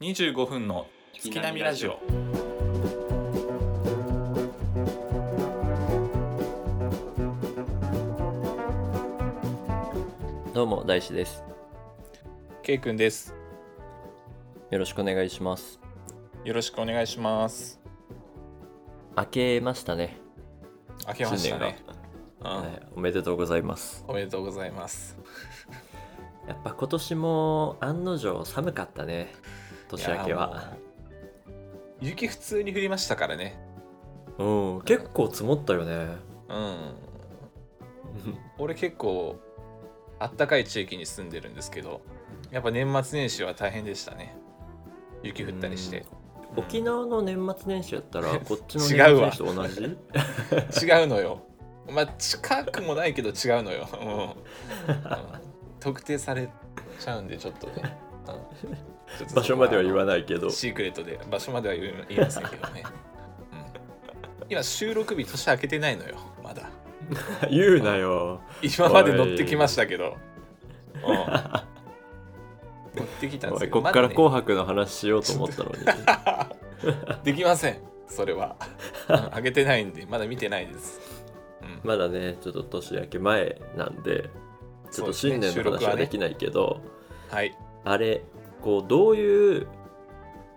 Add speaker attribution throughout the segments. Speaker 1: 25分の月並みラジオ。
Speaker 2: どうも大志です。
Speaker 1: K 君です。
Speaker 2: よろしくお願いします。
Speaker 1: よろしくお願いします。
Speaker 2: 明けましたね。
Speaker 1: 明けましたね。うん
Speaker 2: はい、おめでとうございます。
Speaker 1: おめでとうございます。
Speaker 2: やっぱ今年も案の定寒かったね。年明けは。
Speaker 1: いや。もう雪普通に降りましたからね。
Speaker 2: うん、結構積もったよね。
Speaker 1: うん。俺結構あったかい地域に住んでるんですけど、やっぱ年末年始は大変でしたね。雪降ったりして。
Speaker 2: うん。沖縄の年末年始やったら、こっちの年末
Speaker 1: 違うわ
Speaker 2: 年始と同 じ
Speaker 1: 違うのよ。まあ近くもないけど違うのよ。 うんうん特定されちゃうんでちょっとね。うんちょっとそこ
Speaker 2: 場所までは言わないけど。
Speaker 1: シークレットで場所までは言い言いませんけ どね、うん今収録日年明けてないのよまだ
Speaker 2: 言うなよ。
Speaker 1: 今まで乗ってきましたけど、うん、乗ってきたんで
Speaker 2: お
Speaker 1: す
Speaker 2: い
Speaker 1: けど
Speaker 2: こっか
Speaker 1: まだ
Speaker 2: ら
Speaker 1: ね
Speaker 2: 紅白の話しようと思ったのに。
Speaker 1: できませんそれは、 うん、上げてないんでまだ見てないです、うん
Speaker 2: まだね、ちょっと年明け前なんで、ちょっ
Speaker 1: そう
Speaker 2: と新
Speaker 1: ですね
Speaker 2: 年の話はでき
Speaker 1: 収録
Speaker 2: ないけど、
Speaker 1: はねはい
Speaker 2: あれこうどういう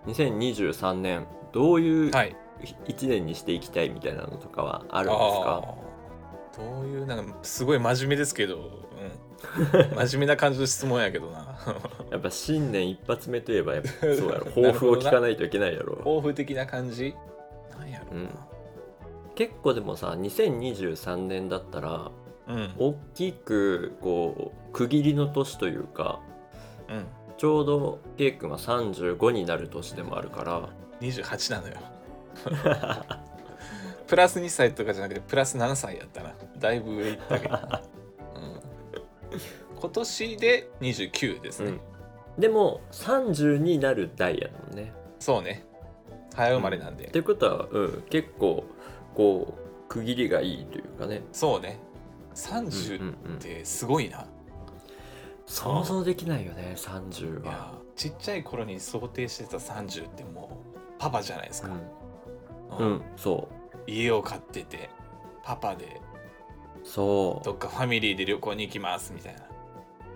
Speaker 2: 2023年どういう
Speaker 1: はい
Speaker 2: 1年にしていきたいみたいなのとかはあ
Speaker 1: あ
Speaker 2: るんですか、
Speaker 1: ーどういうなんかすごい真面目ですけど、 うん、真面目な感じの質問やけど な
Speaker 2: やっぱ新年一発目といえばやっぱ そうや
Speaker 1: な
Speaker 2: ろ抱
Speaker 1: る
Speaker 2: 負
Speaker 1: ほど
Speaker 2: を
Speaker 1: な
Speaker 2: 聞かないといけないやろ
Speaker 1: 抱負的な感じなんやろう
Speaker 2: 結構でもさ2023年だったら
Speaker 1: なうん
Speaker 2: 大きくこう区切りの年というか
Speaker 1: うん
Speaker 2: ちょうど K 君は35になる年でもあるから
Speaker 1: 28なのよ プラス2歳とかじゃなくてプラス7歳やったなだいぶ上行ったけど、うん、今年で29ですね、
Speaker 2: うんでも30になる代やもんね
Speaker 1: そうね早生まれなんで、
Speaker 2: ってことは、うん、結構こう区切りがいいというかね、
Speaker 1: そうね
Speaker 2: うん
Speaker 1: 30っ
Speaker 2: うん
Speaker 1: てすごいな、
Speaker 2: 想像できないよね30
Speaker 1: い
Speaker 2: は
Speaker 1: やちっちゃい頃に想定してた30ってもうパパじゃないですか、
Speaker 2: う、
Speaker 1: うんん
Speaker 2: うん、そ
Speaker 1: 家を買っててパパで
Speaker 2: うそ
Speaker 1: どっかファミリーで旅行に行きますみたい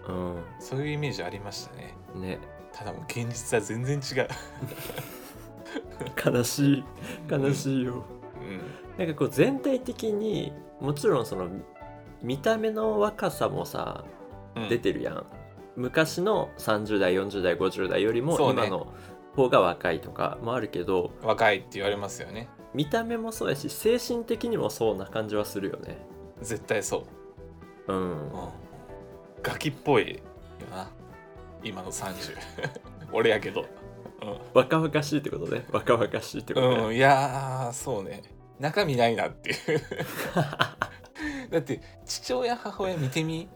Speaker 1: な
Speaker 2: う、う
Speaker 1: そういうイメージありましたね
Speaker 2: ん、ね
Speaker 1: ただもう現実は全然違う
Speaker 2: 悲しい悲しいよ、
Speaker 1: う
Speaker 2: なんかこう全体的にもちろんその見た目の若さもさ
Speaker 1: ん
Speaker 2: 出てるやん、昔の30代40代50代よりも
Speaker 1: そうね
Speaker 2: 今の方が若いとかもあるけど、
Speaker 1: 若いって言われますよね
Speaker 2: 見た目もそうやし精神的にもそうな感じはするよね
Speaker 1: 絶対そう、
Speaker 2: うん
Speaker 1: うん、ガキっぽいよな今の30 俺やけど
Speaker 2: 若々しいってことね若々しいってこ
Speaker 1: う
Speaker 2: とね、
Speaker 1: ん、う ん、いやーそうね中身ないなっていう だって父親母親見てみ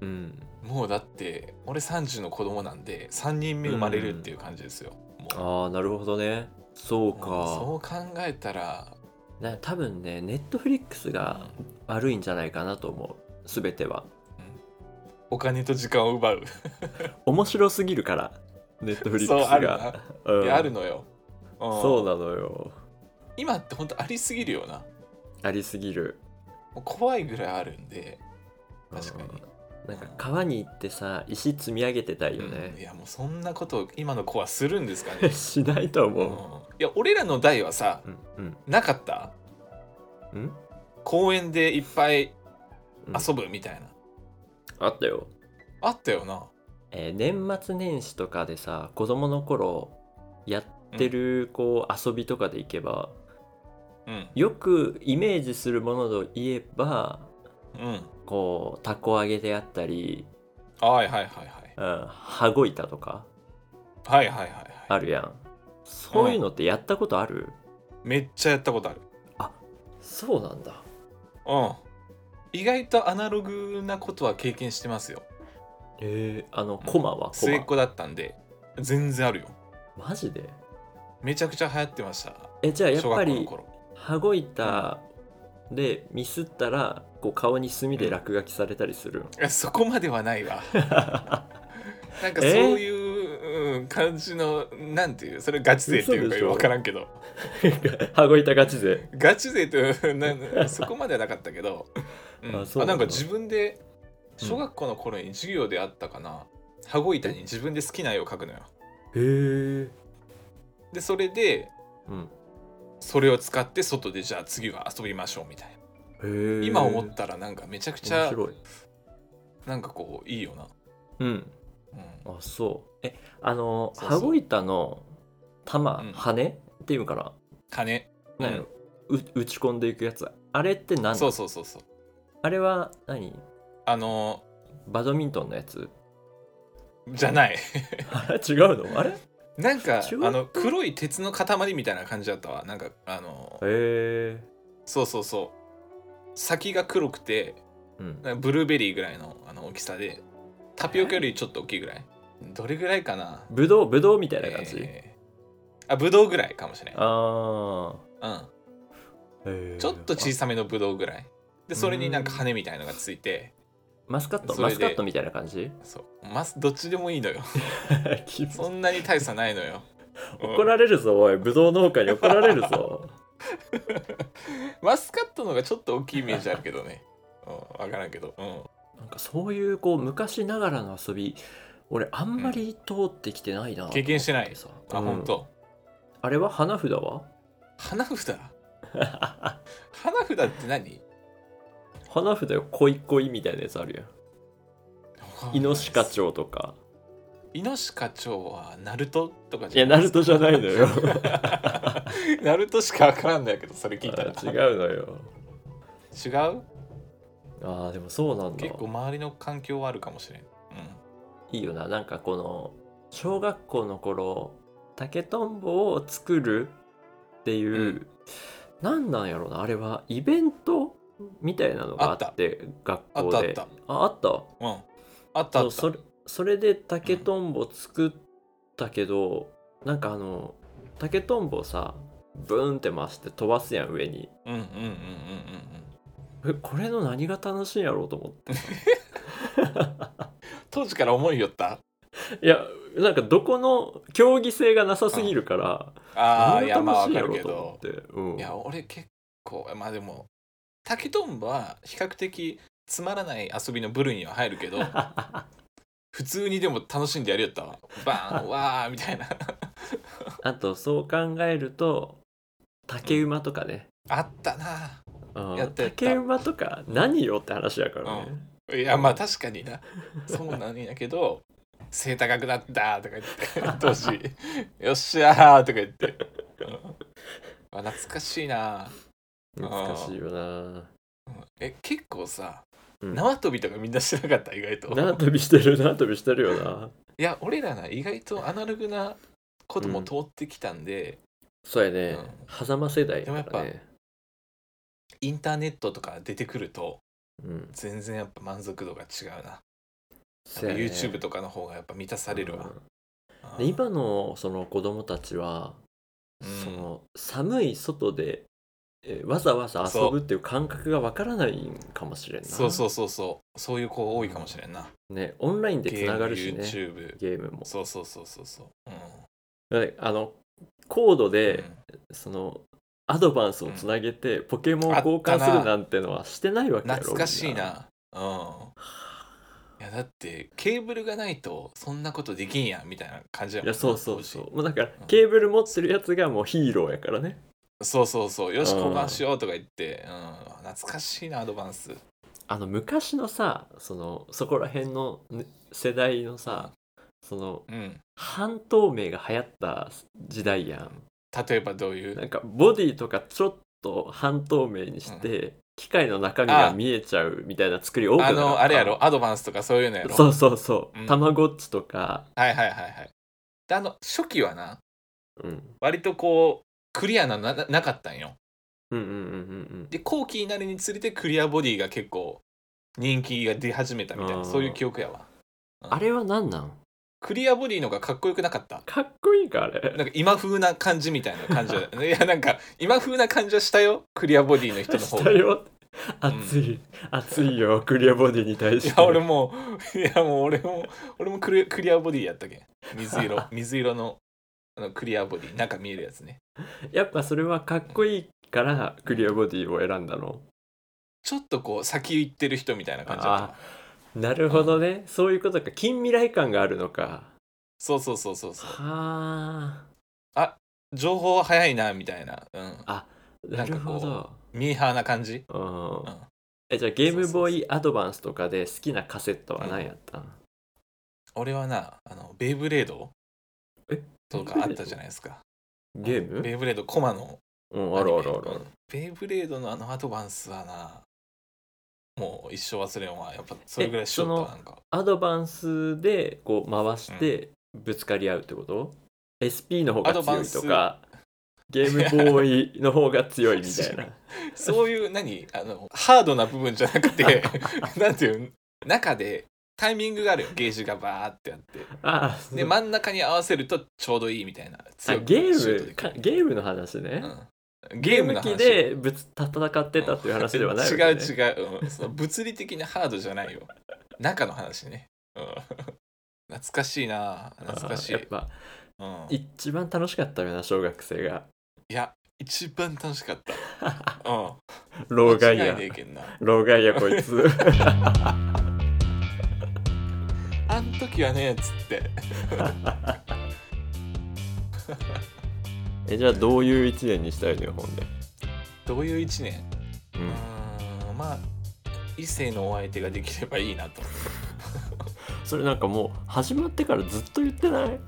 Speaker 2: うん、
Speaker 1: もうだって俺30の子供なんで3人目生まれるっていう感じですよ、も
Speaker 2: ああなるほどねそう
Speaker 1: う
Speaker 2: か
Speaker 1: そう考えたら
Speaker 2: な多分ねネットフリックスが悪いんじゃないかなと思う全ては
Speaker 1: お金と時間を奪う
Speaker 2: 面白すぎるからネットフリックス
Speaker 1: そうあるな
Speaker 2: がう
Speaker 1: い
Speaker 2: ん
Speaker 1: やあるのよ、うん
Speaker 2: そうなのよ
Speaker 1: 今って本当ありすぎるよな
Speaker 2: ありすぎる
Speaker 1: もう怖いぐらいあるんで
Speaker 2: うん
Speaker 1: 確かに、
Speaker 2: なんか川に行ってさ石積み上げてたいよ
Speaker 1: うんい
Speaker 2: ね、
Speaker 1: やもうそんなことを今の子はするんですかね、
Speaker 2: しないと
Speaker 1: うん、い
Speaker 2: 思
Speaker 1: や俺らの代はさ
Speaker 2: う、うんうん
Speaker 1: なかった
Speaker 2: うん、
Speaker 1: 公園でいっぱい
Speaker 2: うん
Speaker 1: 遊ぶみたいな、
Speaker 2: あったよ、
Speaker 1: あったよな
Speaker 2: えー年末年始とかでさ子供の頃やってるこう遊びとかで行けば、
Speaker 1: うん
Speaker 2: よくイメージするものといえば
Speaker 1: うん
Speaker 2: こうたこ揚げであったり、
Speaker 1: はいはいはいはい
Speaker 2: うん、羽子板とか
Speaker 1: はいはいはいはい
Speaker 2: あるやんそういうのってやったことある、
Speaker 1: めっちゃやったことある
Speaker 2: そうなんだ
Speaker 1: うん意外とアナログなことは経験してますよ
Speaker 2: えー、あのコマはコ
Speaker 1: 末っ
Speaker 2: マ
Speaker 1: 子だったんで全然あるよ
Speaker 2: マジで
Speaker 1: めちゃくちゃ流行ってました
Speaker 2: えじゃあやっ
Speaker 1: 小
Speaker 2: ぱ
Speaker 1: 学校の
Speaker 2: り
Speaker 1: 頃
Speaker 2: 羽子板でミスったらこう顔に墨で落書きされたりするの、
Speaker 1: いやそこまではないわなんかそういう、う分感じのなんていうそれガチ勢っていうか
Speaker 2: 嘘でしょ
Speaker 1: 分からんけど
Speaker 2: 羽子板ガチ勢
Speaker 1: ガチ勢と なそこまではなかったけど、うん
Speaker 2: あそう
Speaker 1: あ
Speaker 2: な
Speaker 1: なんん
Speaker 2: だ
Speaker 1: か自分で小学校の頃に授業であったかな羽子板に自分で好きな絵を描くのよ
Speaker 2: へえ
Speaker 1: でそれで
Speaker 2: うん
Speaker 1: それを使って外でじゃあ次は遊びましょうみたい
Speaker 2: へ
Speaker 1: な
Speaker 2: え
Speaker 1: 今思ったらなんかめちゃくち
Speaker 2: 面
Speaker 1: ゃ
Speaker 2: 白い
Speaker 1: なんかこういいよな、
Speaker 2: うん
Speaker 1: うん、
Speaker 2: あそうえあの
Speaker 1: そうそう
Speaker 2: 羽子板の玉
Speaker 1: うん
Speaker 2: 羽っていうんかな
Speaker 1: 金、う
Speaker 2: 何や
Speaker 1: ん
Speaker 2: ろ、う打ち込んでいくやつあれって何
Speaker 1: そうそうそうそう
Speaker 2: あれは何
Speaker 1: あの
Speaker 2: バドミントンのや つ
Speaker 1: じゃない
Speaker 2: あれ違うのあれへ
Speaker 1: なんか
Speaker 2: 中
Speaker 1: あの黒い鉄の塊みたいな感じだったわなんかあの
Speaker 2: え
Speaker 1: そうそうそう先が黒くて
Speaker 2: うん
Speaker 1: ブルーベリーぐらいのあの大きさでタピオカよりちょっと大きいぐらいどれぐらいかな
Speaker 2: ぶどうぶどうみたいな感じ、
Speaker 1: えーあぶどうぐらいかもしれない、
Speaker 2: あ
Speaker 1: う
Speaker 2: あへえ
Speaker 1: ん、ちょっと小さめのぶどうぐらいでそれになんか羽みたいのがついて
Speaker 2: マスカット
Speaker 1: そ
Speaker 2: マ
Speaker 1: れで
Speaker 2: スカットみたいな感じ
Speaker 1: そうまずどっちでもいいのよ そんなに大差ないのようん
Speaker 2: 怒られるぞおいぶどう農家に怒られるぞ
Speaker 1: マスカットの方がちょっと大きいイメージあるけどね、うん、分からんけど、うん、
Speaker 2: なんかそういうこう昔ながらの遊び俺あんまり通ってきてないな、
Speaker 1: 経験してない
Speaker 2: さ
Speaker 1: あ、
Speaker 2: うん
Speaker 1: ほんと
Speaker 2: あれは花札は
Speaker 1: 花札 花札って何
Speaker 2: 花札よ恋恋みたいなやつあるやんイノシカチョウとか
Speaker 1: イノシカチョウはナルトとか
Speaker 2: いやナルトじゃないのよ
Speaker 1: ナルトしかわからんだけどそれ聞いたら
Speaker 2: あ違うのよ
Speaker 1: 違う
Speaker 2: あーでもそうなんだ
Speaker 1: 結構周りの環境はあるかもしれん、
Speaker 2: いいよななんかこの小学校の頃竹とんぼを作るっていう、
Speaker 1: うん
Speaker 2: なんなんやろなあれはイベントみたいなのがあって学校で
Speaker 1: あった
Speaker 2: ああった
Speaker 1: うんうん、あったあ
Speaker 2: そう
Speaker 1: った
Speaker 2: それそれで竹とんぼ作ったけど、なんかあの竹とんぼさブーンって回して飛ばすやん上に
Speaker 1: うんうんうんうんうんうん
Speaker 2: えこれの何が楽しいんやろうと思って
Speaker 1: 当時から思いよった
Speaker 2: いやなんかどこの競技性がなさすぎるから、
Speaker 1: ああ
Speaker 2: 何
Speaker 1: い
Speaker 2: が
Speaker 1: やまあわ
Speaker 2: 楽しいん
Speaker 1: か
Speaker 2: や
Speaker 1: る
Speaker 2: ろ
Speaker 1: け
Speaker 2: うと思
Speaker 1: ど
Speaker 2: って、うん、
Speaker 1: いや俺結構まあでも竹とんぼは比較的つまらない遊びの部類には入るけ ど普通にでも楽しんでやるよったわバー ンわーみたいな
Speaker 2: あとそう考えると竹馬とかね、
Speaker 1: あったな
Speaker 2: うん
Speaker 1: やったやった
Speaker 2: 竹馬とか何よって話やからね、
Speaker 1: いやまあ確かになそうなんやけど背高くなったとか言って当 時よっしゃーとか言って、うんあ懐かしいなうん
Speaker 2: 難しいよな
Speaker 1: うんえ結構さ
Speaker 2: うん
Speaker 1: 縄跳びとかみんなしてなかった意外と
Speaker 2: 縄跳びしてる縄跳びしてるよない
Speaker 1: や俺らな意外とアナログなことも通ってきたんで、
Speaker 2: そうやね、狭間世代
Speaker 1: でも
Speaker 2: や
Speaker 1: やっ
Speaker 2: から
Speaker 1: ぱ
Speaker 2: ね
Speaker 1: インターネットとか出てくると
Speaker 2: うん
Speaker 1: 全然やっぱ満足度が違うな、
Speaker 2: そうやね
Speaker 1: YouTube とかの方がやっぱ満たされるわ
Speaker 2: う、ん
Speaker 1: うん
Speaker 2: で今のその子供たちは、
Speaker 1: うん
Speaker 2: その寒い外でえーわざわざ遊ぶっていう感覚がわからないんかもしれんな
Speaker 1: そうそうそうそうそういう子多いかもしれんな、
Speaker 2: ねオンラインでつ
Speaker 1: ゲー
Speaker 2: な
Speaker 1: ム
Speaker 2: がるしね
Speaker 1: YouTube
Speaker 2: ゲームも
Speaker 1: そうそうそうそうそう、う
Speaker 2: であのコード
Speaker 1: ん
Speaker 2: で、そのアドバンスをつなげて、ポケモンを交換するなんてのはしてないわ
Speaker 1: うん
Speaker 2: けやろ
Speaker 1: 懐かしい
Speaker 2: みん
Speaker 1: なうんいやだってケーブルがないとそんなことできんやんみたいな感じやもん
Speaker 2: い
Speaker 1: な
Speaker 2: やそうそう
Speaker 1: 当時
Speaker 2: そうもうだから
Speaker 1: うん
Speaker 2: ケーブル持ってるやつがもうヒーローやからね
Speaker 1: そうそうそうよし
Speaker 2: うん
Speaker 1: 交換しようとか言って、うん、懐かしいなアドバンス
Speaker 2: あの昔のさそのそこら辺のね世代のさその
Speaker 1: うん
Speaker 2: 半透明が流行った時代や
Speaker 1: 例えばどうい
Speaker 2: んな
Speaker 1: うん
Speaker 2: かボディとかちょっと半透明にして、機械の中身が見えちゃうみたいな作り多くな
Speaker 1: あ
Speaker 2: かった
Speaker 1: のあれやろアドバンスとかそういうのやろ
Speaker 2: そうそうそう、
Speaker 1: うん
Speaker 2: たまごっちとか、
Speaker 1: はいはいはいはいであの初期はな
Speaker 2: うん、
Speaker 1: 割とこうクリアなななかったんよ
Speaker 2: うんうんうん
Speaker 1: で後期になるにつれてクリアボディが結構人気が出始めたみたい
Speaker 2: あー
Speaker 1: なそういう記憶やわ
Speaker 2: うんあれは何なん
Speaker 1: クリアボディのがかっこよくなかった
Speaker 2: かっこいいかあれ
Speaker 1: なんか今風な感じみたいな感じだいやなんか今風な感じはしたよクリアボディの人の方
Speaker 2: した
Speaker 1: が
Speaker 2: よ熱い熱いよクリアボディに対
Speaker 1: い
Speaker 2: して
Speaker 1: や俺もういやもう俺も俺もクリクリアボディやったけん水色 水色のあのクリアボディ中見えるやつね
Speaker 2: やっぱそれはかっこいいからクリアボディを選んだの
Speaker 1: ちょっとこう先行ってる人みたいな感じだった
Speaker 2: あーなるほどね、そういうことか近未来感があるのか
Speaker 1: そうそうそうそうそう
Speaker 2: は
Speaker 1: 情報早いなみたいな、うん、
Speaker 2: あなるほ
Speaker 1: なん
Speaker 2: ど
Speaker 1: ミーハーな感じ
Speaker 2: うん
Speaker 1: うん
Speaker 2: えじゃあゲームボーイアドバンスとかで好きなカセットは何やったん、
Speaker 1: 俺はなあのベイブレード
Speaker 2: え
Speaker 1: とかあったじゃないですか
Speaker 2: ゲーム
Speaker 1: ベイブレードコマの
Speaker 2: うん
Speaker 1: ア
Speaker 2: あ
Speaker 1: ニ
Speaker 2: る
Speaker 1: メ
Speaker 2: あるある
Speaker 1: うんベイブレードのあのアドバンスはなもう一生忘れんわやっぱそれぐらいしよ
Speaker 2: えそ
Speaker 1: っ
Speaker 2: の
Speaker 1: たなんか
Speaker 2: アドバンスでこう回してぶつかり合うってこと、?SP の方が
Speaker 1: アドバ
Speaker 2: 強
Speaker 1: ン
Speaker 2: い
Speaker 1: ス
Speaker 2: とかゲームボーイの方が強いみたい な
Speaker 1: そういう何あのハードな部分じゃなく てなんていうの中でタイミングがあるよゲージがバーってあって
Speaker 2: あ
Speaker 1: で
Speaker 2: ま
Speaker 1: 真ん中に合わせるとちょうどいいみたいな
Speaker 2: あ
Speaker 1: 強く
Speaker 2: ゲ
Speaker 1: シュートで
Speaker 2: ーム
Speaker 1: きる
Speaker 2: かゲームの話ね、
Speaker 1: うんゲームの
Speaker 2: ゲ
Speaker 1: 話
Speaker 2: 機でぶつ戦ってたっていう話ではないわけ、ね、
Speaker 1: 違う違う、うんその物理的なハードじゃないよ中の話ね、うん懐かしいな懐かしい、
Speaker 2: あ
Speaker 1: う
Speaker 2: ーやっぱ
Speaker 1: ん、い
Speaker 2: 一番楽しかったよな小学生が
Speaker 1: や一番楽しか った、うん、
Speaker 2: 老害
Speaker 1: 間違
Speaker 2: や
Speaker 1: いねえけんな
Speaker 2: 老害やこいつ
Speaker 1: あん時はねっつって
Speaker 2: えじゃあどういう一年にしたいのよほんで、
Speaker 1: どういう1年
Speaker 2: う、
Speaker 1: うんーんまあ異性のお相手ができればいいなと
Speaker 2: それなんかもう始まってからずっと言ってない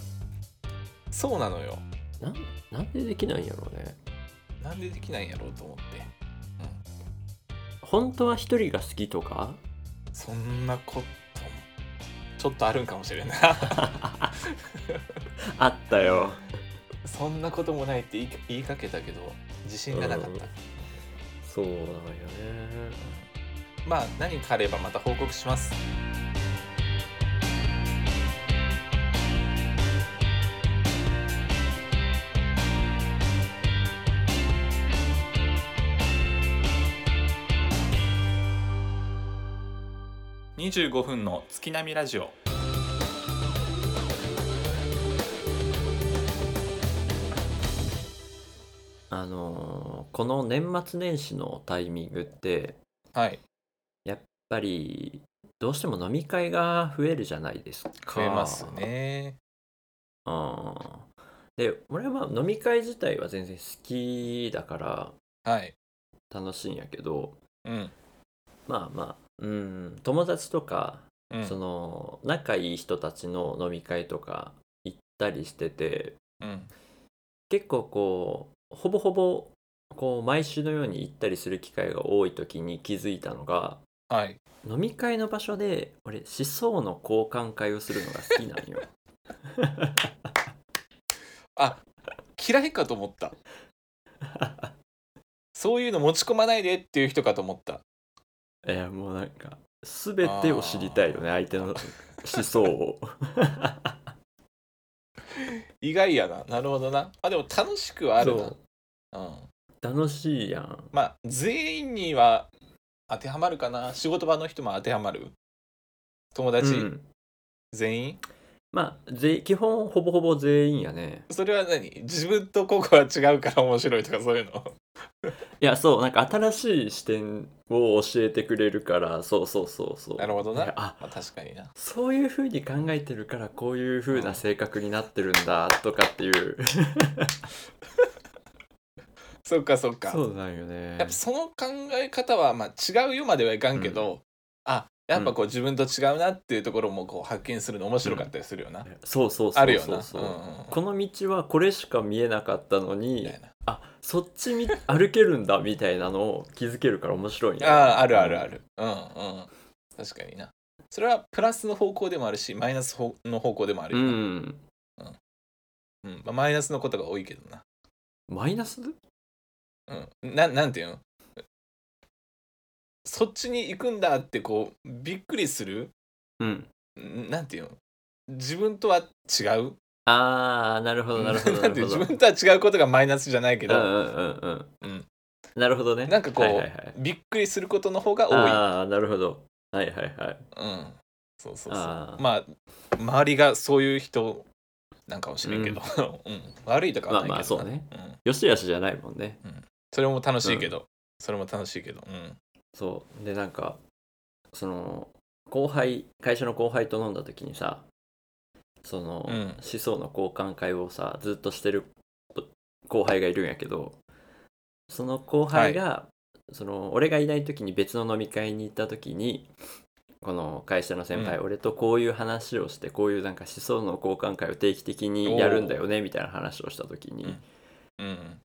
Speaker 1: そうなのよ
Speaker 2: なんなんでできないんやろうね
Speaker 1: なんでできないんやろうと思って
Speaker 2: 本当は一人が好きとか
Speaker 1: そんなことちょっとあるんかもしれんない
Speaker 2: あったよ
Speaker 1: そんなこともないって言い言いかけたけど自信がなかった、
Speaker 2: そうなのよね
Speaker 1: まあ何かあればまた報告します25分の月並みラジオ
Speaker 2: あのーこの年末年始のタイミングってやっ
Speaker 1: はい
Speaker 2: ぱりどうしても飲み会が増えるじゃないですか
Speaker 1: 増えますね
Speaker 2: うんで俺はまあ飲み会自体は全然好きだから
Speaker 1: はい
Speaker 2: 楽しいんやけど
Speaker 1: うん
Speaker 2: まあまあうん友達とか
Speaker 1: うん
Speaker 2: その仲いい人たちの飲み会とか行ったりしてて
Speaker 1: うん
Speaker 2: 結構こうほぼほぼこう毎週のように行ったりする機会が多い時に気づいたのが
Speaker 1: はい
Speaker 2: 飲み会の場所で俺思想の交換会をするのが好きなんよ。
Speaker 1: あ嫌いかと思 ったそういうの持ち込まないでっていう人かと思った
Speaker 2: いやもうなんか全てを知りたいよね相手の思想を。
Speaker 1: 意外やななるほどなあでも楽しくはある
Speaker 2: そう
Speaker 1: なうん
Speaker 2: 楽しいやん。
Speaker 1: まあ全員には当てはまるかな仕事場の人も当てはまる友達、
Speaker 2: うん
Speaker 1: 全員
Speaker 2: まあぜ基本ほぼほぼ全員やね。
Speaker 1: それは何自分とここは違うから面白いとかそういうの
Speaker 2: いやそうなんか新しい視点を教えてくれるからそうそうそうそう。
Speaker 1: なるほど
Speaker 2: いや
Speaker 1: な
Speaker 2: あ
Speaker 1: まあ、確かにな
Speaker 2: そういう風に考えてるからこういう風な性格になってるんだとかっていう
Speaker 1: そっかそっか
Speaker 2: そうなんよね
Speaker 1: やっぱその考え方は、まあ、違うよまではいかんけど、あやっぱこう自分と違うなっていうところもこう発見するの面白かったりするよな、
Speaker 2: そうそうそうそう
Speaker 1: あるよな
Speaker 2: そう
Speaker 1: うんうんうん
Speaker 2: この道はこれしか見えなかったの
Speaker 1: み
Speaker 2: に
Speaker 1: たいな
Speaker 2: あそっちみ歩けるんだみたいなのを気づけるから面白いね
Speaker 1: あああるあるあるうんうん確かになそれはプラスの方向でもあるしマイナス方の方向でもある
Speaker 2: う
Speaker 1: よな、
Speaker 2: ん
Speaker 1: うんまあ、マイナスのことが多いけどな
Speaker 2: マイナス
Speaker 1: うんななんていうのそっちに行くんだってこうびっくりする
Speaker 2: うん
Speaker 1: んなんていうの自分とは違う
Speaker 2: ああなるほどなるほど
Speaker 1: な
Speaker 2: なん
Speaker 1: て
Speaker 2: る
Speaker 1: いう
Speaker 2: ほど
Speaker 1: 自分とは違うことがマイナスじゃないけ
Speaker 2: う
Speaker 1: ど、
Speaker 2: んうんうんうんなるほどね
Speaker 1: なんかこう
Speaker 2: はいはいはい、
Speaker 1: びっくりすることの方が多
Speaker 2: ああなるほどはいはいはい
Speaker 1: い。うん。そうそうそう。
Speaker 2: あー
Speaker 1: まあ周りがそういう人なんかもしれんけど、 うん悪いとかはないけどな。
Speaker 2: まあまあそうね
Speaker 1: うん。
Speaker 2: よしよしじゃないもんね
Speaker 1: それも楽しいけど、それも楽しいけど、うん。
Speaker 2: そうでなんかその後輩会社の後輩と飲んだ時にさその、
Speaker 1: うん
Speaker 2: 思想の交換会をさずっとしてるこ後輩がいるんやけどその後輩が、その俺がいない時に別の飲み会に行った時にこの会社の先輩、
Speaker 1: う
Speaker 2: 俺とこういう話をしてこういうなんか思想の交換会を定期的にやるんだよねみたいな話をした時に、
Speaker 1: うんうん。うん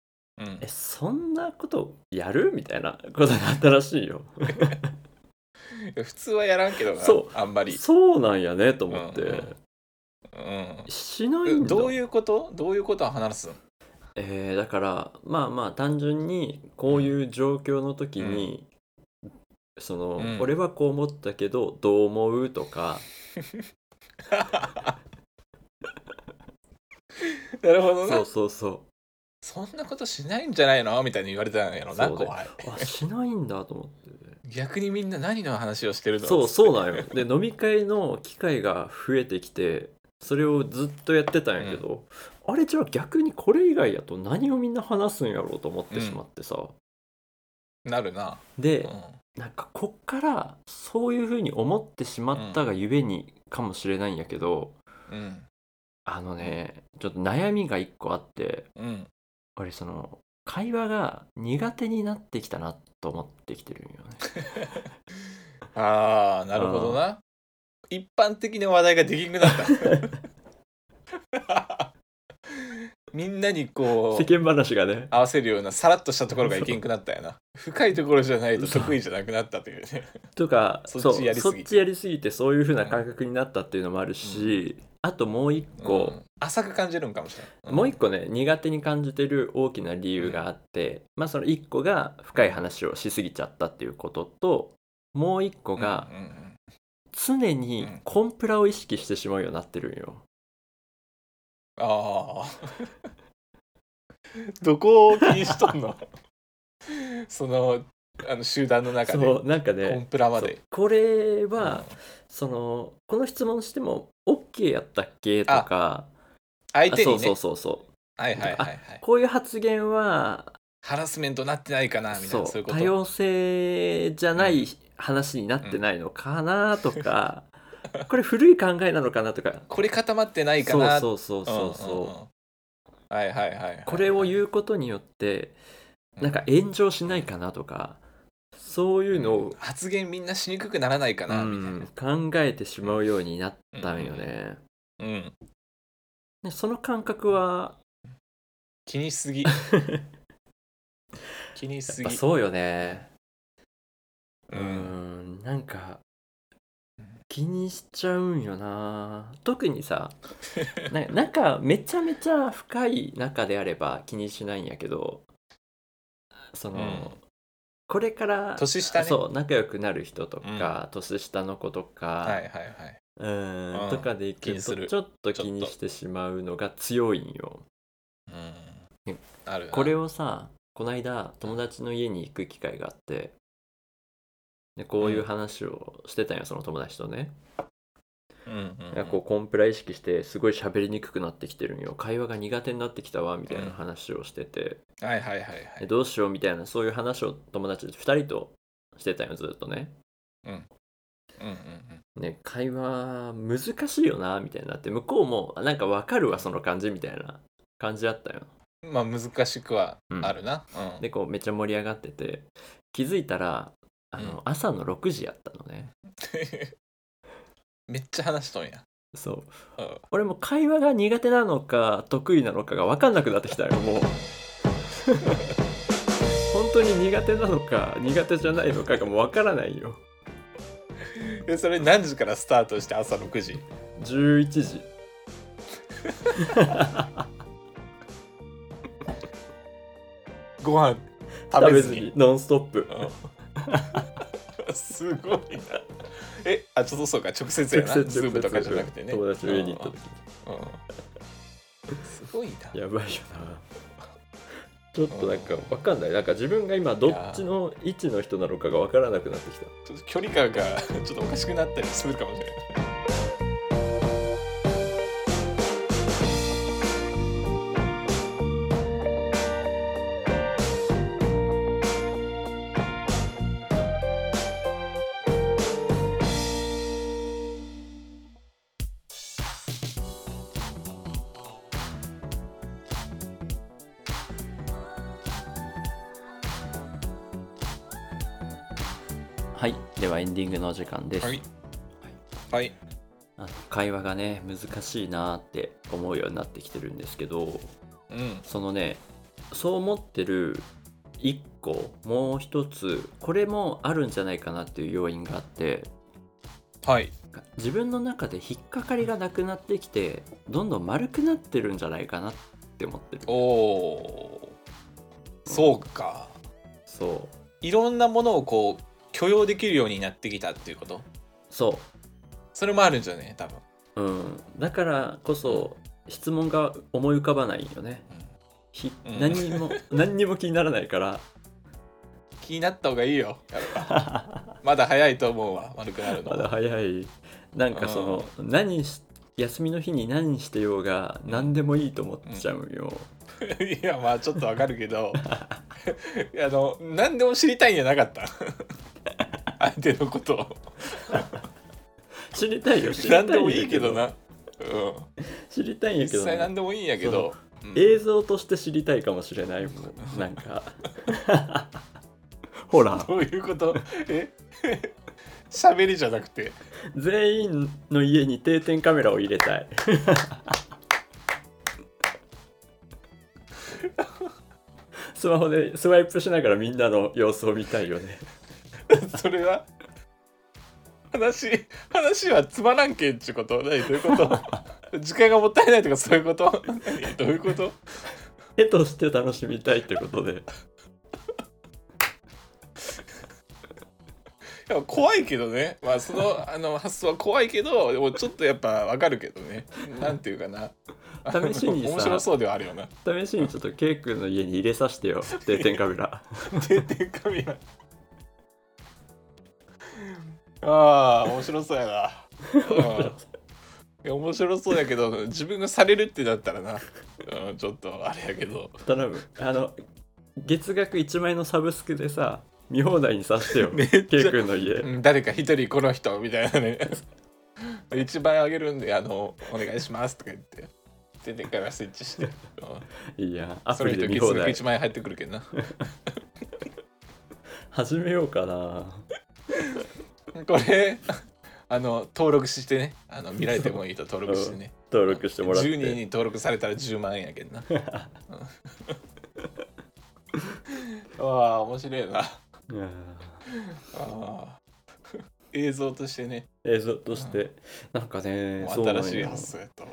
Speaker 2: え、そんなことやるみたいなことになったらし いよ。
Speaker 1: 普通はやらんけどな
Speaker 2: そう
Speaker 1: あんまり、
Speaker 2: そうなんやねと思って、
Speaker 1: うんうんうん
Speaker 2: しない
Speaker 1: え
Speaker 2: んだ、
Speaker 1: どういううことどういうことを話すの
Speaker 2: えーだからまあまあ単純にこういう状況の時に、その、
Speaker 1: うん
Speaker 2: 俺はこう思ったけどどう思うとか、
Speaker 1: なるほど
Speaker 2: そ
Speaker 1: な
Speaker 2: うそうそ
Speaker 1: そんなことしないんじゃないのみたいに言われたんやろな
Speaker 2: そうだよ
Speaker 1: 後 輩
Speaker 2: うあしないんだと思って
Speaker 1: 逆にみんな何の話をして るの
Speaker 2: そうそうなんよで飲み会の機会が増えてきてそれをずっとやってたんやけど、あれじゃあ逆にこれ以外やと何をみんな話すんやろうと思ってしまってさ、
Speaker 1: なるな、
Speaker 2: で、
Speaker 1: うん、
Speaker 2: なんかこっからそういう風に思ってしまったがゆえにかもしれないんやけど、
Speaker 1: うん
Speaker 2: あのねちょっと悩みが一個あって
Speaker 1: うん
Speaker 2: 俺その会話が苦手になってきたなと思ってきてるんよ ね。
Speaker 1: ああなるほどな一般的な話題ができなくなったみんなにこう
Speaker 2: 世間話がね
Speaker 1: 合わせるようなさらっとしたところがいけんくなったよな深いところじゃないと得意じゃなくなったというね
Speaker 2: とか
Speaker 1: そ
Speaker 2: そ
Speaker 1: っち
Speaker 2: う
Speaker 1: やりす
Speaker 2: そ
Speaker 1: ぎ
Speaker 2: ってちやりすぎてそういう風な感覚になったっていうのもあるし、あともう一個、
Speaker 1: ん浅く感じるんかもしれない
Speaker 2: もう一個ね苦手に感じてる大きな理由があって、まあその一個が深い話をしすぎちゃったっていうことともう一個
Speaker 1: 個
Speaker 2: が常にコンプラを意識してしまうようになってるんよ。
Speaker 1: ああ どこを気にしとんの そのあの集団の中で
Speaker 2: そうなん
Speaker 1: コ
Speaker 2: か
Speaker 1: ン
Speaker 2: ね
Speaker 1: プラまで
Speaker 2: そうこれ
Speaker 1: うん
Speaker 2: は、そのこの質問しても OK やったっけとか
Speaker 1: 相手に
Speaker 2: あそ
Speaker 1: ね
Speaker 2: うそうそうそう
Speaker 1: はいはいはいはい
Speaker 2: こういう発言は
Speaker 1: ハラスメントなってないかなみたいな
Speaker 2: そ
Speaker 1: そうい
Speaker 2: う
Speaker 1: うこ
Speaker 2: 多
Speaker 1: と
Speaker 2: 様性じゃない話になってないのかなとか、これ古い考えなのかなとか
Speaker 1: これ固まってないかな
Speaker 2: そうそうそうそうそう,、
Speaker 1: んんんはいはいはいはい
Speaker 2: これを
Speaker 1: う
Speaker 2: 言うことによってなんか炎上しないかなとかそういうのを
Speaker 1: 発言みんなしにくくならないかなみたいな
Speaker 2: うん、考えてしまうようになったんよね、
Speaker 1: うん
Speaker 2: でその感覚は
Speaker 1: 気にしす ぎ気にし
Speaker 2: やっ
Speaker 1: す
Speaker 2: ぱ
Speaker 1: ぎ
Speaker 2: そうよねう
Speaker 1: うんん
Speaker 2: なんか気にしちゃうんよな特にさななんかめちゃめちゃ深い中であれば気にしないんやけどその、
Speaker 1: うん
Speaker 2: これから
Speaker 1: 年下ね
Speaker 2: そう仲良くなる人とか、年下の子とか、
Speaker 1: はいはいはい
Speaker 2: うん
Speaker 1: うん
Speaker 2: とかでい
Speaker 1: 気
Speaker 2: く
Speaker 1: にす
Speaker 2: と
Speaker 1: る
Speaker 2: ちょっと
Speaker 1: ちょっ
Speaker 2: 気
Speaker 1: と
Speaker 2: にしてしまうのが強いんよ。
Speaker 1: う
Speaker 2: ね
Speaker 1: んあるな
Speaker 2: これをさこの間友達の家に行く機会があってでこういう話をしてたんよその友達とね、
Speaker 1: うんうん
Speaker 2: いやこうコンプラ意識してすごい喋りにくくなってきてるんよ会話が苦手になってきたわみたいな話をしてて、
Speaker 1: はいはいはいは
Speaker 2: で
Speaker 1: い
Speaker 2: どうしようみたいなそういう話を友達と2人としてたんよずっとね
Speaker 1: うんうん
Speaker 2: ね会話難しいよなみたいになって向こうもあなんかわかるわその感じみたいな感じだったよ
Speaker 1: うんまあ難しくはあるなうん
Speaker 2: でこうめっちゃ盛り上がってて気づいたらあの、
Speaker 1: うん
Speaker 2: 朝の6時やったのね
Speaker 1: めっちゃ話しとんや
Speaker 2: そう
Speaker 1: うん
Speaker 2: 俺も会話が苦手なのか得意なのかが分かんなくなってきたよもう 本当に苦手なのか苦手じゃないのかがもう分からないよ
Speaker 1: でそれ何時からスタートして朝6時
Speaker 2: 11時
Speaker 1: ご飯食
Speaker 2: 食
Speaker 1: べ
Speaker 2: べ
Speaker 1: ず
Speaker 2: ず
Speaker 1: に
Speaker 2: にノンストップ
Speaker 1: うんすごいなえあちょっとそうか直接やなズームとかじゃなくてね
Speaker 2: 友達の家に行った時
Speaker 1: うんうんすごいな
Speaker 2: やばいよちょっとなんかわかんないなんか自分が今どっちの位置の人なのかがわからなくなってきた
Speaker 1: ちょっと距離感がちょっとおかしくなったりするかもしれない。
Speaker 2: はいではエンディングのお時間です、
Speaker 1: はい。はい。
Speaker 2: あの会話がね難しいなーって思うようになってきてるんですけど
Speaker 1: うん。
Speaker 2: そのねそう思ってる一個もう一つこれもあるんじゃないかなっていう要因があって
Speaker 1: はい。
Speaker 2: 自分の中で引っかかりがなくなってきてどんどん丸くなってるんじゃないかなって思ってる
Speaker 1: おお。そうか。
Speaker 2: そう
Speaker 1: いろんなものをこう許容できるようになってきたっていうこと。
Speaker 2: そ
Speaker 1: それもあるんじゃね、多分。
Speaker 2: ううんだからこそ質問が思い浮かばないよね
Speaker 1: うん
Speaker 2: ひ
Speaker 1: うん
Speaker 2: 何に も何にも気にならないから
Speaker 1: 気になった方がいいよ。やっ ぱまだ早いと思うわ。悪くなるの。
Speaker 2: まだ早いなんかその何し休みの日に何してようが何でもいいと思っちゃうよ、
Speaker 1: いやまあちょっとわかるけど いやあの何でも知りたいんじゃなかった 相手のことを
Speaker 2: 知りたいよ知りた
Speaker 1: 何
Speaker 2: いん
Speaker 1: で
Speaker 2: だ
Speaker 1: もいいけどなうん
Speaker 2: 知りたいんやけ
Speaker 1: 実
Speaker 2: ど
Speaker 1: 際
Speaker 2: な
Speaker 1: 何でもいいんやけど、うん
Speaker 2: 映像として知りたいかもしれ ないもんなんかほら
Speaker 1: どういうことえ 喋りじゃなくて
Speaker 2: 全員の家に定点カメラを入 れたいスマホでスワイプしながらみんなの様子を見たいよね
Speaker 1: それは話話はつまらんけんっちゅうこと何どういうこと時間がもったいないとかそういうこと何どういうこと
Speaker 2: 絵として楽しみたいってこ とで
Speaker 1: いや怖いけどねまあそ のあの発想は怖いけどでもちょっとやっぱわかるけどねなんていうかな
Speaker 2: 試しにさ
Speaker 1: 面白そうではあるよな
Speaker 2: 試しにちょっとケイ君の家に入れさせてよ定点カメラ
Speaker 1: 定点カメラああ面白そうやなうんいや面白そうやけど自分がされるってなったらな、うん、ちょっとあれやけど
Speaker 2: 頼むあの月額1万円のサブスクでさ見放題にさせてよ
Speaker 1: めっちゃ
Speaker 2: ケイ君の家
Speaker 1: うん誰か一人この人みたいなね一番あげるんであのお願いしますとか言って定点カメラスイッチして、うん、
Speaker 2: いいや ア
Speaker 1: そ
Speaker 2: プ
Speaker 1: の人月
Speaker 2: リで見放
Speaker 1: 額
Speaker 2: 題
Speaker 1: 1万円入ってくるけどな
Speaker 2: 始めようかな
Speaker 1: これ あの登録してねあの見られてもいいと登録してね
Speaker 2: 登録してもらって
Speaker 1: 10人に登録されたら10万円やけんな うんわあ面白いなあ
Speaker 2: いやー
Speaker 1: あ映像としてね
Speaker 2: 映像としてなんかね
Speaker 1: も
Speaker 2: そう
Speaker 1: う
Speaker 2: なん
Speaker 1: 新
Speaker 2: よ
Speaker 1: しい発想やったわ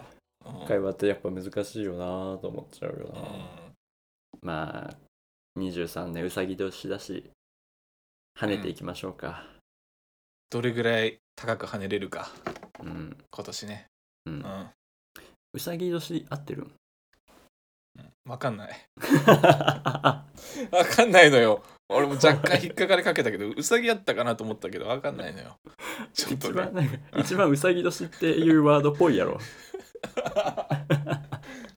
Speaker 1: うん
Speaker 2: 会話ってやっぱ難しいよなと思っちゃうよ
Speaker 1: う
Speaker 2: な、
Speaker 1: ん
Speaker 2: まあ23年うさぎ年だし跳ねていきましょうか
Speaker 1: どれぐらい高く跳ねれるか
Speaker 2: うん
Speaker 1: 今年ね
Speaker 2: う
Speaker 1: うんん、
Speaker 2: うさぎ年合ってるん
Speaker 1: わかんないわかんないのよ俺も若干引っかかりかけたけどうさぎやったかなと思ったけどわかんないのよちょっとね
Speaker 2: 一番なんか一番うさぎ年っていうワードっぽいやろ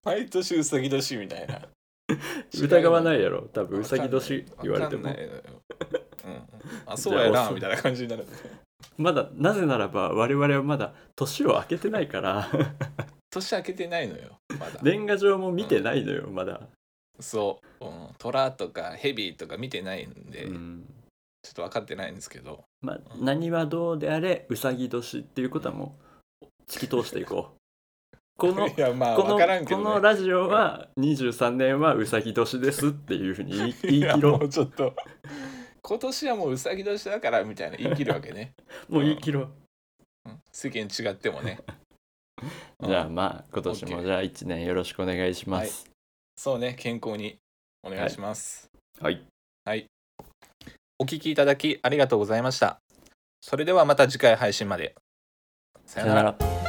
Speaker 1: 毎年うさぎ年みたいな
Speaker 2: 疑わないいやろ多分うさぎ年言われて
Speaker 1: わ
Speaker 2: も
Speaker 1: かんないのようん、あそうや
Speaker 2: じゃあ
Speaker 1: な
Speaker 2: お
Speaker 1: みたいな感じになる
Speaker 2: まだなぜならば我々はまだ年を明けてないから
Speaker 1: 年明けてないのよまだ
Speaker 2: 年賀状も見てないのよまだ、
Speaker 1: そう、うん、虎とかヘビとか見てないんで、ち
Speaker 2: う
Speaker 1: ょ
Speaker 2: ん
Speaker 1: っと分かってないんですけど
Speaker 2: まあ、何はどうであれうさぎ年っていうことはもう突き通していこう この
Speaker 1: いやまあ
Speaker 2: この
Speaker 1: 分からんけ
Speaker 2: この
Speaker 1: ど、ね、
Speaker 2: ラジオは23年はうさぎ年ですっていうふうに言い言
Speaker 1: い
Speaker 2: い
Speaker 1: や
Speaker 2: 切ろ
Speaker 1: も
Speaker 2: う
Speaker 1: うちょっと今年はもううさぎ年だからみたいな言い切るわけね、
Speaker 2: もう言い切ろう、
Speaker 1: うん世間違ってもねうん
Speaker 2: じゃあまあ今年
Speaker 1: オッケ
Speaker 2: も
Speaker 1: ー
Speaker 2: じゃあ1年よろしくお願いします
Speaker 1: そうね健康にお願いします、
Speaker 2: はい、
Speaker 1: お聞きいただきありがとうございました。それではまた次回配信まで。さ
Speaker 2: さ
Speaker 1: よ
Speaker 2: よ
Speaker 1: な
Speaker 2: な
Speaker 1: ら。
Speaker 2: ら